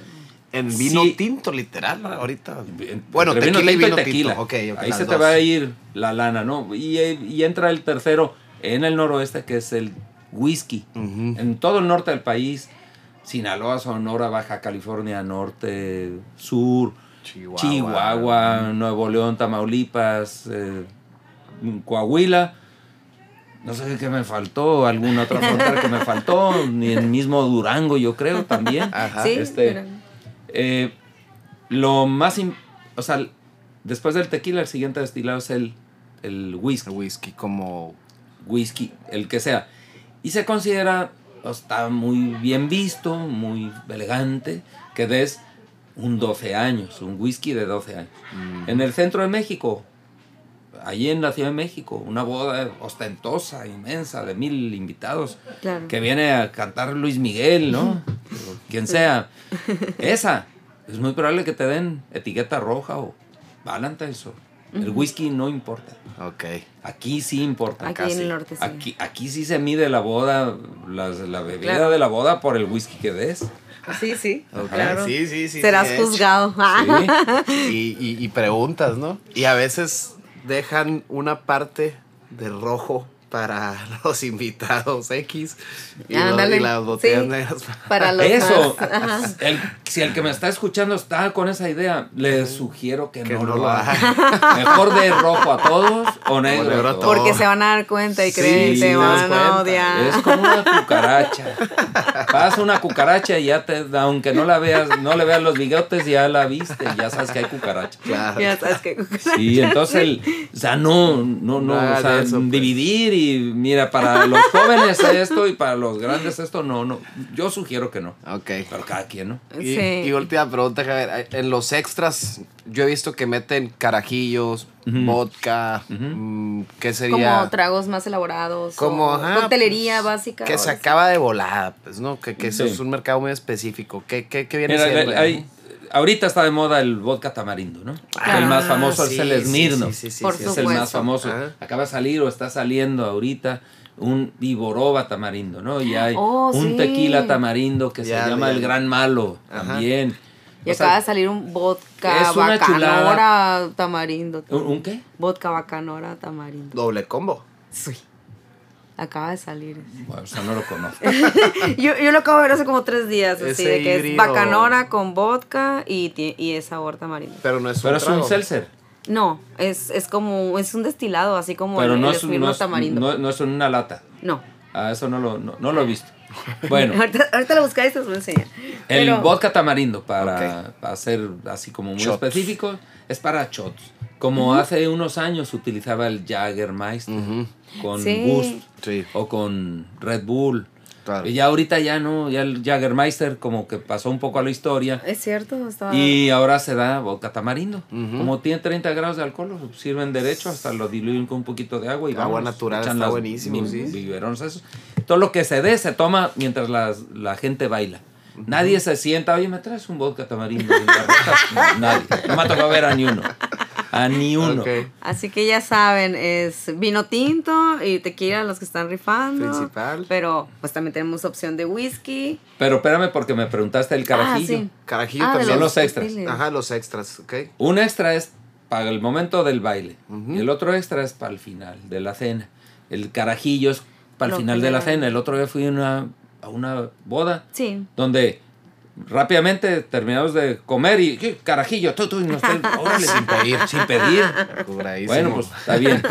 [SPEAKER 4] En vino
[SPEAKER 3] Sí.
[SPEAKER 4] tinto, literal, ahorita.
[SPEAKER 3] Bien,
[SPEAKER 4] Bueno,
[SPEAKER 3] entre
[SPEAKER 4] tequila y vino tinto. Ok, ok,
[SPEAKER 3] ahí
[SPEAKER 4] las
[SPEAKER 3] se te
[SPEAKER 4] dos.
[SPEAKER 3] va a ir la lana, ¿no? Y, y entra el tercero en el noroeste, que es el whisky.
[SPEAKER 4] Ujú.
[SPEAKER 3] En todo el norte del país, Sinaloa, Sonora, Baja California, Norte, Sur,
[SPEAKER 4] Chihuahua.
[SPEAKER 3] Chihuahua, Nuevo León, Tamaulipas, eh, Coahuila. No sé qué me faltó, alguna otra frontera que me faltó, ni el mismo Durango, yo creo, también.
[SPEAKER 4] Ajá.
[SPEAKER 2] Sí,
[SPEAKER 3] este,
[SPEAKER 2] pero-
[SPEAKER 3] Eh, lo más. im- O sea, después del tequila, el siguiente destilado es el, el
[SPEAKER 4] El
[SPEAKER 3] whisky.
[SPEAKER 4] whisky como...
[SPEAKER 3] Whisky, el que sea. Y se considera. o está muy bien visto, muy elegante, que des
[SPEAKER 4] mm,
[SPEAKER 3] un 12 años, un whisky de 12 años. En el centro de México, allí en la Ciudad de México, una boda ostentosa, inmensa, de mil invitados,
[SPEAKER 2] Claro.
[SPEAKER 3] que viene a cantar Luis Miguel, ¿no? O Quien sea. Esa, es muy probable que te den etiqueta roja o Valentine's o el whisky no importa.
[SPEAKER 4] Ok.
[SPEAKER 3] Aquí sí importa.
[SPEAKER 2] Aquí
[SPEAKER 4] casi.
[SPEAKER 2] en el norte sí.
[SPEAKER 3] Aquí, aquí sí se mide la boda, las- la bebida
[SPEAKER 2] Claro.
[SPEAKER 3] de la boda por el whisky que des.
[SPEAKER 2] Sí, sí.
[SPEAKER 3] Ok.
[SPEAKER 2] Claro. Ah.
[SPEAKER 4] Sí, sí, sí.
[SPEAKER 2] Serás
[SPEAKER 4] sí, de hecho.
[SPEAKER 2] juzgado.
[SPEAKER 3] Sí.
[SPEAKER 4] Y, y- y preguntas, ¿no? Y a veces dejan una parte de rojo para los invitados X y, lo-
[SPEAKER 2] Ándale.
[SPEAKER 4] y las botellas
[SPEAKER 2] Sí.
[SPEAKER 4] negras.
[SPEAKER 2] Para los
[SPEAKER 3] Eso,
[SPEAKER 2] más. Ajá.
[SPEAKER 3] el- si el que me está escuchando está con esa idea, le sugiero que,
[SPEAKER 4] Que
[SPEAKER 3] no, lo haga. Mejor de rojo a todos o negro
[SPEAKER 4] negro
[SPEAKER 3] a
[SPEAKER 4] a
[SPEAKER 3] todos.
[SPEAKER 4] todos.
[SPEAKER 2] Porque se van a dar cuenta y
[SPEAKER 4] Sí,
[SPEAKER 2] creen
[SPEAKER 4] sí,
[SPEAKER 2] te
[SPEAKER 4] te das
[SPEAKER 2] van a
[SPEAKER 4] cuenta.
[SPEAKER 2] odiar.
[SPEAKER 3] Es como una cucaracha. Pasa una cucaracha y ya te, aunque no la veas, no le veas los bigotes, ya la viste, ya sabes que hay cucaracha.
[SPEAKER 4] Claro.
[SPEAKER 2] Ya sabes que
[SPEAKER 3] Sí, entonces, el, o sea, no, no, no,
[SPEAKER 4] No hagas
[SPEAKER 3] o sea,
[SPEAKER 4] eso, pues.
[SPEAKER 3] dividir y mira, para los jóvenes esto y para los grandes esto, no, no, yo sugiero que no,
[SPEAKER 4] Ok.
[SPEAKER 3] pero cada quien, ¿no?
[SPEAKER 4] Y,
[SPEAKER 2] Sí.
[SPEAKER 4] y última pregunta, Javier. En los extras, yo he visto que meten carajillos, vodka, mm, ¿qué sería?
[SPEAKER 2] como tragos más elaborados.
[SPEAKER 4] Como,
[SPEAKER 2] o
[SPEAKER 4] ajá,
[SPEAKER 2] coctelería
[SPEAKER 4] pues,
[SPEAKER 2] básica.
[SPEAKER 4] Que
[SPEAKER 2] o
[SPEAKER 4] se
[SPEAKER 2] así.
[SPEAKER 4] acaba de volada, pues, ¿no? Que, que eso
[SPEAKER 3] Sí.
[SPEAKER 4] es un mercado muy específico. ¿Qué, qué, qué viene
[SPEAKER 3] Mira,
[SPEAKER 4] siendo?
[SPEAKER 3] el- hay- ahorita está de moda el vodka tamarindo, ¿no?
[SPEAKER 4] Ah,
[SPEAKER 3] el más famoso
[SPEAKER 4] sí,
[SPEAKER 3] es el
[SPEAKER 4] sí,
[SPEAKER 3] Smirnoff.
[SPEAKER 4] sí, Ah. sí, sí,
[SPEAKER 2] Por
[SPEAKER 4] sí,
[SPEAKER 3] es el más
[SPEAKER 2] supuesto.
[SPEAKER 3] famoso.
[SPEAKER 4] Ajá.
[SPEAKER 3] Acaba de salir o está saliendo ahorita un Viboroba tamarindo, ¿no? Y hay
[SPEAKER 2] Oh,
[SPEAKER 3] un
[SPEAKER 2] sí.
[SPEAKER 3] tequila tamarindo que
[SPEAKER 4] Ya,
[SPEAKER 3] se llama
[SPEAKER 4] ya.
[SPEAKER 3] el Gran Malo
[SPEAKER 4] Ajá.
[SPEAKER 3] también.
[SPEAKER 2] Y
[SPEAKER 3] O sea,
[SPEAKER 2] acaba de salir un vodka
[SPEAKER 3] es una
[SPEAKER 2] bacanora tamarindo.
[SPEAKER 3] ¿un, un qué?
[SPEAKER 2] Vodka bacanora tamarindo.
[SPEAKER 4] Doble combo.
[SPEAKER 2] Sí. Acaba de salir.
[SPEAKER 3] Bueno, o sea, no lo conozco.
[SPEAKER 2] yo, yo lo acabo de ver hace como tres días. Así
[SPEAKER 4] Ese
[SPEAKER 2] de que es
[SPEAKER 4] híbrido.
[SPEAKER 2] bacanora con vodka y, tie- y es sabor tamarindo.
[SPEAKER 4] Pero no es un
[SPEAKER 3] Pero es un
[SPEAKER 4] trago.
[SPEAKER 3] seltzer.
[SPEAKER 2] No, es, es como, es un destilado, así como
[SPEAKER 3] Pero
[SPEAKER 2] el,
[SPEAKER 3] no
[SPEAKER 2] el
[SPEAKER 3] es,
[SPEAKER 2] Smirnoff
[SPEAKER 3] no, es-
[SPEAKER 2] tamarindo.
[SPEAKER 3] no- no es una lata.
[SPEAKER 2] no.
[SPEAKER 3] Ah, eso no lo, no, no lo he visto. Bueno,
[SPEAKER 2] Ahorita, ahorita lo buscáis y te lo enseña.
[SPEAKER 3] El
[SPEAKER 2] Pero-
[SPEAKER 3] vodka tamarindo, para hacer así como muy
[SPEAKER 4] Shots.
[SPEAKER 3] específico, es para shots. Como hace unos años utilizaba el Jagermeister
[SPEAKER 4] Ujú.
[SPEAKER 3] con
[SPEAKER 2] Sí.
[SPEAKER 3] Boost
[SPEAKER 4] Sí.
[SPEAKER 3] o con Red Bull.
[SPEAKER 4] Claro.
[SPEAKER 3] Y ya ahorita ya no, ya el Jagermeister como que pasó un poco a la historia.
[SPEAKER 2] Es cierto, estaba.
[SPEAKER 3] Y ahora se da vodka tamarindo. Como tiene 30 grados de alcohol, lo sirven derecho, hasta lo diluyen con un poquito de agua y
[SPEAKER 4] Agua
[SPEAKER 3] vámonos,
[SPEAKER 4] natural,
[SPEAKER 3] echan
[SPEAKER 4] está
[SPEAKER 3] las
[SPEAKER 4] buenísimo,
[SPEAKER 3] bi-
[SPEAKER 4] sí.
[SPEAKER 3] biberones, eso. Todo lo que se dé se toma mientras las- la gente baila. Nadie se sienta, oye, ¿me traes un vodka tamarindo? en la ruta?" No, nadie. No me ha tocado ver a ni uno. A ni uno.
[SPEAKER 4] Ok.
[SPEAKER 2] Así que ya saben, es vino tinto y tequila los que están rifando.
[SPEAKER 4] Principal.
[SPEAKER 2] Pero pues también tenemos opción de whisky.
[SPEAKER 3] Pero espérame porque me preguntaste el carajillo.
[SPEAKER 2] Ah, sí.
[SPEAKER 4] Carajillo
[SPEAKER 2] Ah, de
[SPEAKER 4] también.
[SPEAKER 3] Son los extras.
[SPEAKER 2] textiles.
[SPEAKER 4] Ajá, los extras, ¿ok?
[SPEAKER 3] Un extra es para el momento del baile y el otro extra es para el final de la cena. El carajillo es para el
[SPEAKER 2] Lo
[SPEAKER 3] final de la
[SPEAKER 2] general.
[SPEAKER 3] cena. El otro día fui a una, a una boda
[SPEAKER 2] Sí.
[SPEAKER 3] donde rápidamente terminamos de comer y "¿Qué? carajillo, tú, tú, y nos traen, órale, sin pedir, sin pedir.
[SPEAKER 4] Curadísimo.
[SPEAKER 3] Bueno, pues está bien.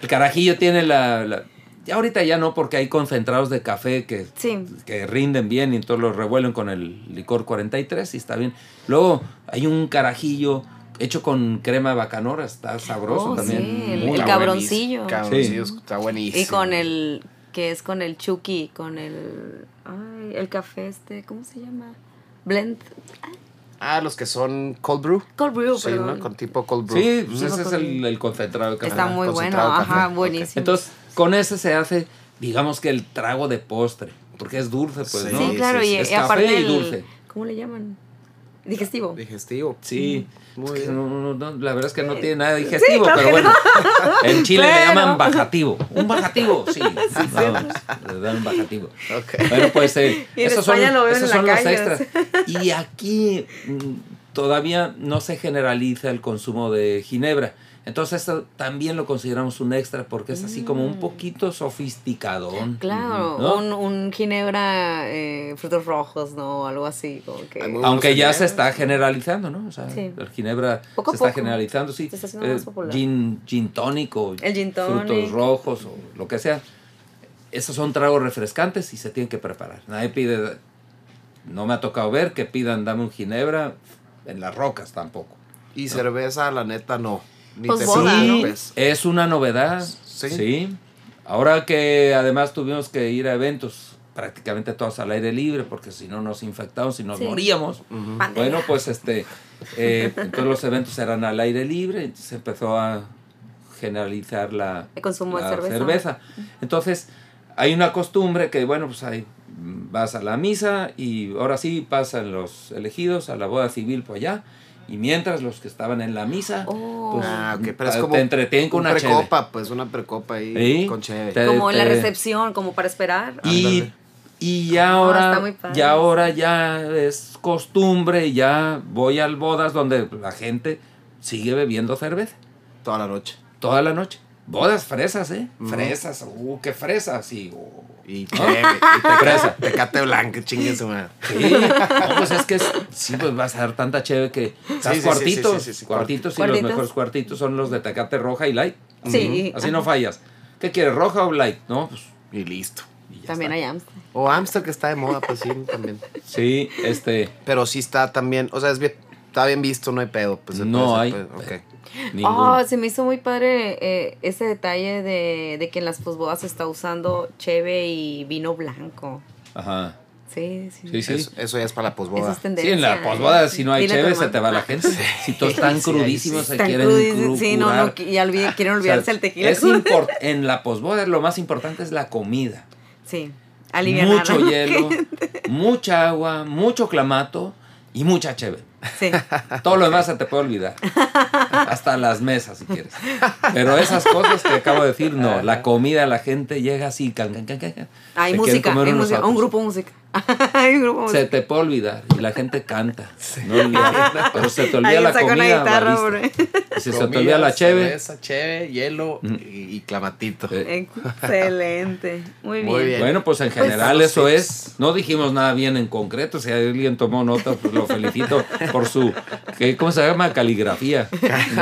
[SPEAKER 3] El carajillo tiene la, la- Ya ahorita ya no, porque hay concentrados de café que,
[SPEAKER 2] Sí.
[SPEAKER 3] que rinden bien y entonces los revuelven con el licor 43 y está bien. Luego hay un carajillo hecho con crema bacanora, está sabroso
[SPEAKER 2] Oh,
[SPEAKER 3] también.
[SPEAKER 2] sí,
[SPEAKER 3] Muy
[SPEAKER 2] el
[SPEAKER 4] Está
[SPEAKER 3] bueno.
[SPEAKER 2] cabroncillo.
[SPEAKER 4] buenísimo. Cabroncillo, está buenísimo.
[SPEAKER 2] Y con el. que es con el chuki, con el. Ay, el café este, ¿cómo se llama? Blend.
[SPEAKER 4] Ah, los que son cold brew.
[SPEAKER 2] Cold brew,
[SPEAKER 4] Sí,
[SPEAKER 2] perdón.
[SPEAKER 4] ¿no? Con tipo cold brew.
[SPEAKER 3] Sí, pues ese es el, el concentrado de café.
[SPEAKER 2] Está muy bueno,
[SPEAKER 4] concentrado café.
[SPEAKER 2] ajá,
[SPEAKER 4] Ok.
[SPEAKER 2] buenísimo.
[SPEAKER 3] Entonces, con ese se hace, digamos que el trago de postre, porque es dulce, pues,
[SPEAKER 4] Sí.
[SPEAKER 3] ¿no?
[SPEAKER 2] sí, claro,
[SPEAKER 4] sí,
[SPEAKER 2] y,
[SPEAKER 4] sí.
[SPEAKER 2] y
[SPEAKER 3] Es café
[SPEAKER 2] aparte.
[SPEAKER 3] y
[SPEAKER 2] el-
[SPEAKER 3] dulce.
[SPEAKER 2] ¿Cómo le llaman? Digestivo.
[SPEAKER 4] Digestivo.
[SPEAKER 3] Sí.
[SPEAKER 4] Muy
[SPEAKER 3] Es que
[SPEAKER 4] bien.
[SPEAKER 3] no- no- no, la verdad es que no tiene nada
[SPEAKER 2] Eh,
[SPEAKER 3] digestivo,
[SPEAKER 2] claro
[SPEAKER 3] pero
[SPEAKER 2] que
[SPEAKER 3] bueno. En Chile le
[SPEAKER 2] Pero-
[SPEAKER 3] llaman bajativo. Un bajativo, sí. No, le dan un bajativo.
[SPEAKER 4] Ok.
[SPEAKER 3] Bueno, pues eh,
[SPEAKER 2] Y en
[SPEAKER 3] esos son,
[SPEAKER 2] España lo beben
[SPEAKER 3] esos
[SPEAKER 2] en
[SPEAKER 3] son
[SPEAKER 2] la
[SPEAKER 3] los
[SPEAKER 2] calle,
[SPEAKER 3] extras. Y aquí mm, todavía no se generaliza el consumo de ginebra. Entonces eso también lo consideramos un extra porque es así como un poquito sofisticadón.
[SPEAKER 2] Mm. Claro,
[SPEAKER 3] ¿no?
[SPEAKER 2] un, un ginebra, eh, frutos rojos, ¿no? Algo así, como que...
[SPEAKER 4] Hay muy-
[SPEAKER 3] Aunque ya
[SPEAKER 4] Ginebra.
[SPEAKER 3] se está generalizando, ¿no? O sea,
[SPEAKER 2] Sí.
[SPEAKER 3] el ginebra
[SPEAKER 2] Poco a
[SPEAKER 3] se está
[SPEAKER 2] poco.
[SPEAKER 3] generalizando, sí. Eh,
[SPEAKER 2] Se está haciendo más popular.
[SPEAKER 3] Gin, gin tonic o
[SPEAKER 2] El gin tonic.
[SPEAKER 3] frutos rojos o lo que sea. Esos son tragos refrescantes y se tienen que preparar. Nadie pide, no me ha tocado ver que pidan dame un ginebra en las rocas tampoco.
[SPEAKER 4] Y cerveza, la neta, no. Ni
[SPEAKER 2] Pues
[SPEAKER 4] te
[SPEAKER 2] boda, ¿no?
[SPEAKER 4] preocupes.
[SPEAKER 3] Es una novedad,
[SPEAKER 4] Sí.
[SPEAKER 3] sí. Ahora que además tuvimos que ir a eventos prácticamente todos al aire libre porque si no nos infectamos y nos
[SPEAKER 2] Sí.
[SPEAKER 3] moríamos.
[SPEAKER 2] Pandemia.
[SPEAKER 3] Bueno, pues este, eh, entonces los eventos eran al aire libre, se empezó a generalizar la,
[SPEAKER 2] El consumo de
[SPEAKER 3] la
[SPEAKER 2] cerveza.
[SPEAKER 3] Entonces, hay una costumbre que, bueno, pues ahí vas a la misa y ahora sí pasan los elegidos a la boda civil por allá. Y mientras los que estaban en la misa,
[SPEAKER 2] Oh.
[SPEAKER 3] pues,
[SPEAKER 4] Ah, ok, pero es
[SPEAKER 3] te
[SPEAKER 4] como.
[SPEAKER 3] entretienen con
[SPEAKER 4] un
[SPEAKER 3] una cheve.
[SPEAKER 4] precopa, pues una precopa ahí
[SPEAKER 3] Sí.
[SPEAKER 4] con cheve.
[SPEAKER 3] Te-
[SPEAKER 2] como en la
[SPEAKER 3] te-
[SPEAKER 2] recepción, como para esperar.
[SPEAKER 3] Y,
[SPEAKER 4] Ándale.
[SPEAKER 3] y ya ahora,
[SPEAKER 2] Oh, está muy padre.
[SPEAKER 3] ya ahora ya es costumbre, ya voy al bodas donde la gente sigue bebiendo cerveza
[SPEAKER 4] Toda la noche.
[SPEAKER 3] toda la noche. Bodas fresas, ¿eh?
[SPEAKER 4] Ujú.
[SPEAKER 3] Fresas, uh, qué fresas, y, uh,
[SPEAKER 4] Y cheve. y
[SPEAKER 3] Fresa.
[SPEAKER 4] teca- tecate blanca, chingue su madre.
[SPEAKER 3] sí. No, pues es que es- sí, pues vas a dar tanta chévere que estás
[SPEAKER 4] sí, sí,
[SPEAKER 3] cuartitos,
[SPEAKER 4] sí, sí, sí,
[SPEAKER 3] cuartitos, y
[SPEAKER 2] cuartitos.
[SPEAKER 3] los mejores cuartitos son los de Tecate Roja y Light.
[SPEAKER 2] Sí.
[SPEAKER 3] Así no fallas. ¿Qué quieres, roja o light? No, pues
[SPEAKER 4] Y listo.
[SPEAKER 3] y ya
[SPEAKER 2] También
[SPEAKER 3] está.
[SPEAKER 2] hay Amstel.
[SPEAKER 4] O Amsterdam que está de moda, pues sí, también.
[SPEAKER 3] Sí, este,
[SPEAKER 4] Pero sí está también, o sea, es bien, está bien visto, no hay pedo. Pues, se
[SPEAKER 3] No
[SPEAKER 4] puede-
[SPEAKER 3] hay
[SPEAKER 4] se puede- ok.
[SPEAKER 3] ninguno.
[SPEAKER 2] Ah, se me hizo muy padre eh, ese detalle de, de que en las posbodas se está usando cheve y vino blanco.
[SPEAKER 3] Ajá.
[SPEAKER 2] Sí, sí.
[SPEAKER 3] Sí, sí.
[SPEAKER 4] Eso, eso ya es para la
[SPEAKER 2] Eso
[SPEAKER 4] posboda.
[SPEAKER 2] es tendencia. ¿eh?
[SPEAKER 3] Sí, en la posboda, si no hay
[SPEAKER 2] Dile a tu
[SPEAKER 3] chévere, se
[SPEAKER 2] hermano.
[SPEAKER 3] te va la gente. Si todos están
[SPEAKER 4] Sí, ahí
[SPEAKER 3] crudísimos,
[SPEAKER 4] sí.
[SPEAKER 3] se
[SPEAKER 2] Están
[SPEAKER 3] quieren
[SPEAKER 2] crudísimos, Sí, no, no,
[SPEAKER 3] lucurar.
[SPEAKER 2] que- ya olviden- quieren
[SPEAKER 3] O sea,
[SPEAKER 2] olvidarse el tequila.
[SPEAKER 3] es impor- en la posboda lo más importante es la comida.
[SPEAKER 2] sí, aliviar.
[SPEAKER 3] mucho hielo, mucha agua, mucho clamato y mucha cheve.
[SPEAKER 2] Sí.
[SPEAKER 3] Todo lo demás se te puede olvidar. Hasta las mesas, si quieres. Pero esas cosas que acabo de decir, no. La comida, la gente llega así. Can, can, can, can, can.
[SPEAKER 2] Hay
[SPEAKER 3] Se quieren
[SPEAKER 2] música,
[SPEAKER 3] comer
[SPEAKER 2] hay
[SPEAKER 3] unos
[SPEAKER 2] música, un
[SPEAKER 3] apos.
[SPEAKER 2] grupo de música. hay un grupo de
[SPEAKER 3] Se
[SPEAKER 2] música.
[SPEAKER 3] te puede olvidar. Y la gente canta. No olvida. pero se te olvida
[SPEAKER 2] Alguien
[SPEAKER 3] la
[SPEAKER 2] saca
[SPEAKER 3] comida.
[SPEAKER 2] una guitarra,
[SPEAKER 3] valiste. Y si se te
[SPEAKER 4] Comida,
[SPEAKER 3] olvida la cheve, Mm.
[SPEAKER 4] cerveza, cheve, hielo y, y clamatito.
[SPEAKER 3] Eh,
[SPEAKER 2] Excelente. Muy bien.
[SPEAKER 4] Muy bien.
[SPEAKER 3] Bueno, pues en general
[SPEAKER 4] Pues-
[SPEAKER 3] eso es. No dijimos nada bien en concreto. Si alguien tomó nota, pues lo felicito por su, ¿qué- ¿cómo se llama? Caligrafía.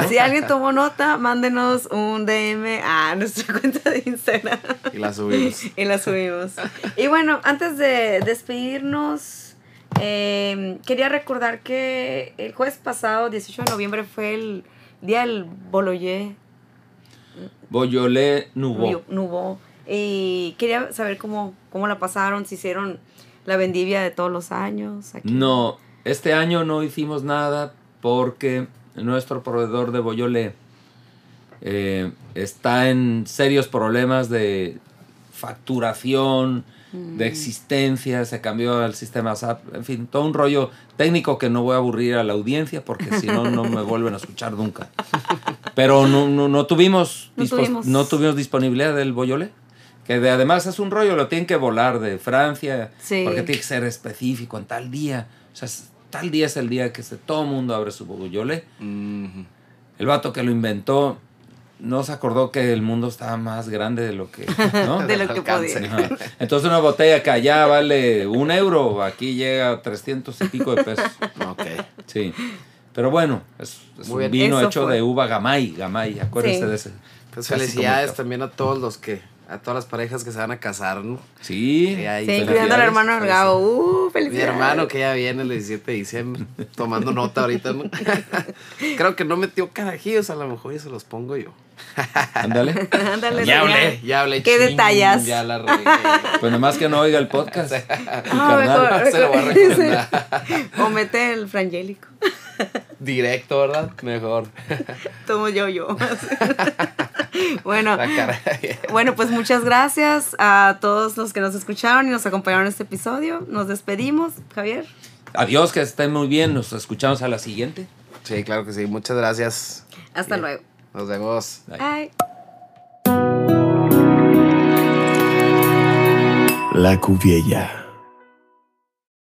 [SPEAKER 2] Si alguien tomó nota, mándenos un DM a nuestra cuenta de Instagram.
[SPEAKER 4] Y la subimos.
[SPEAKER 2] y la subimos. Y bueno, antes de despedirnos, eh, quería recordar que el jueves pasado, 18 de noviembre, fue el día del Boloyé
[SPEAKER 3] Boyolé Nubó.
[SPEAKER 2] Nubo. Y quería saber cómo, cómo la pasaron, si hicieron la vendivia de todos los años. aquí.
[SPEAKER 3] No, este año no hicimos nada porque nuestro proveedor de Boyolé eh, está en serios problemas de facturación, de
[SPEAKER 2] Mm.
[SPEAKER 3] existencia, se cambió al sistema SAP, en fin, todo un rollo técnico que no voy a aburrir a la audiencia porque si no, no me vuelven a escuchar nunca. Pero no, no, no tuvimos,
[SPEAKER 2] No
[SPEAKER 3] dispos-
[SPEAKER 2] tuvimos.
[SPEAKER 3] no tuvimos disponibilidad del Boyolé. Que de- además es un rollo, lo tienen que volar de Francia,
[SPEAKER 2] Sí.
[SPEAKER 3] porque tiene que ser específico en tal día. O sea, es- tal día es el día que se, todo el mundo abre su boyolé.
[SPEAKER 4] Mhm.
[SPEAKER 3] El vato que lo inventó no se acordó que el mundo estaba más grande de lo que... ¿no?
[SPEAKER 2] De lo que
[SPEAKER 4] Alcance.
[SPEAKER 2] podía.
[SPEAKER 3] Ajá. Entonces una botella que allá vale un euro, aquí llega a 300 y pico de pesos.
[SPEAKER 4] Ok. Pues
[SPEAKER 3] Sí. Pero bueno, es, es
[SPEAKER 4] Muy
[SPEAKER 3] un
[SPEAKER 4] bien.
[SPEAKER 3] vino
[SPEAKER 2] Eso
[SPEAKER 3] hecho
[SPEAKER 2] fue.
[SPEAKER 3] de uva gamay, gamay, acuérdense
[SPEAKER 2] Sí.
[SPEAKER 3] de ese.
[SPEAKER 4] Pues
[SPEAKER 3] Casi como
[SPEAKER 4] felicidades
[SPEAKER 3] el café.
[SPEAKER 4] también a todos los que, a todas las parejas que se van a casar, ¿no?
[SPEAKER 3] Sí,
[SPEAKER 4] Sí, ahí
[SPEAKER 2] Sí, incluyendo al
[SPEAKER 3] felicidades.
[SPEAKER 2] hermano del Gabo. Uh,
[SPEAKER 4] Mi
[SPEAKER 2] felicidades.
[SPEAKER 4] hermano que ya viene el 17 de diciembre, tomando nota ahorita, ¿no? Creo que no metió carajillos, a lo mejor y se los pongo yo.
[SPEAKER 3] Ándale.
[SPEAKER 2] Ándale,
[SPEAKER 4] Ya
[SPEAKER 2] ya.
[SPEAKER 4] hablé, ya hablé.
[SPEAKER 2] ¿Qué
[SPEAKER 4] ching,
[SPEAKER 2] detallas?
[SPEAKER 4] Ya la regué.
[SPEAKER 3] Pues nomás que no oiga el podcast.
[SPEAKER 2] Ah,
[SPEAKER 3] carnal.
[SPEAKER 2] mejor,
[SPEAKER 4] Se lo voy a
[SPEAKER 2] mejor.
[SPEAKER 4] recomendar.
[SPEAKER 2] O mete el frangélico.
[SPEAKER 4] Directo, ¿verdad? Mejor.
[SPEAKER 2] Tomo yo, yo. bueno,
[SPEAKER 4] La cara.
[SPEAKER 2] bueno, pues muchas gracias a todos los que nos escucharon y nos acompañaron en este episodio. Nos despedimos, Javier.
[SPEAKER 3] Adiós, que estén muy bien. Nos escuchamos a la siguiente.
[SPEAKER 4] Sí, claro que sí. Muchas gracias.
[SPEAKER 2] Hasta
[SPEAKER 4] Bien.
[SPEAKER 2] luego.
[SPEAKER 4] Nos vemos.
[SPEAKER 3] Bye.
[SPEAKER 2] Bye.
[SPEAKER 1] La Cuviella.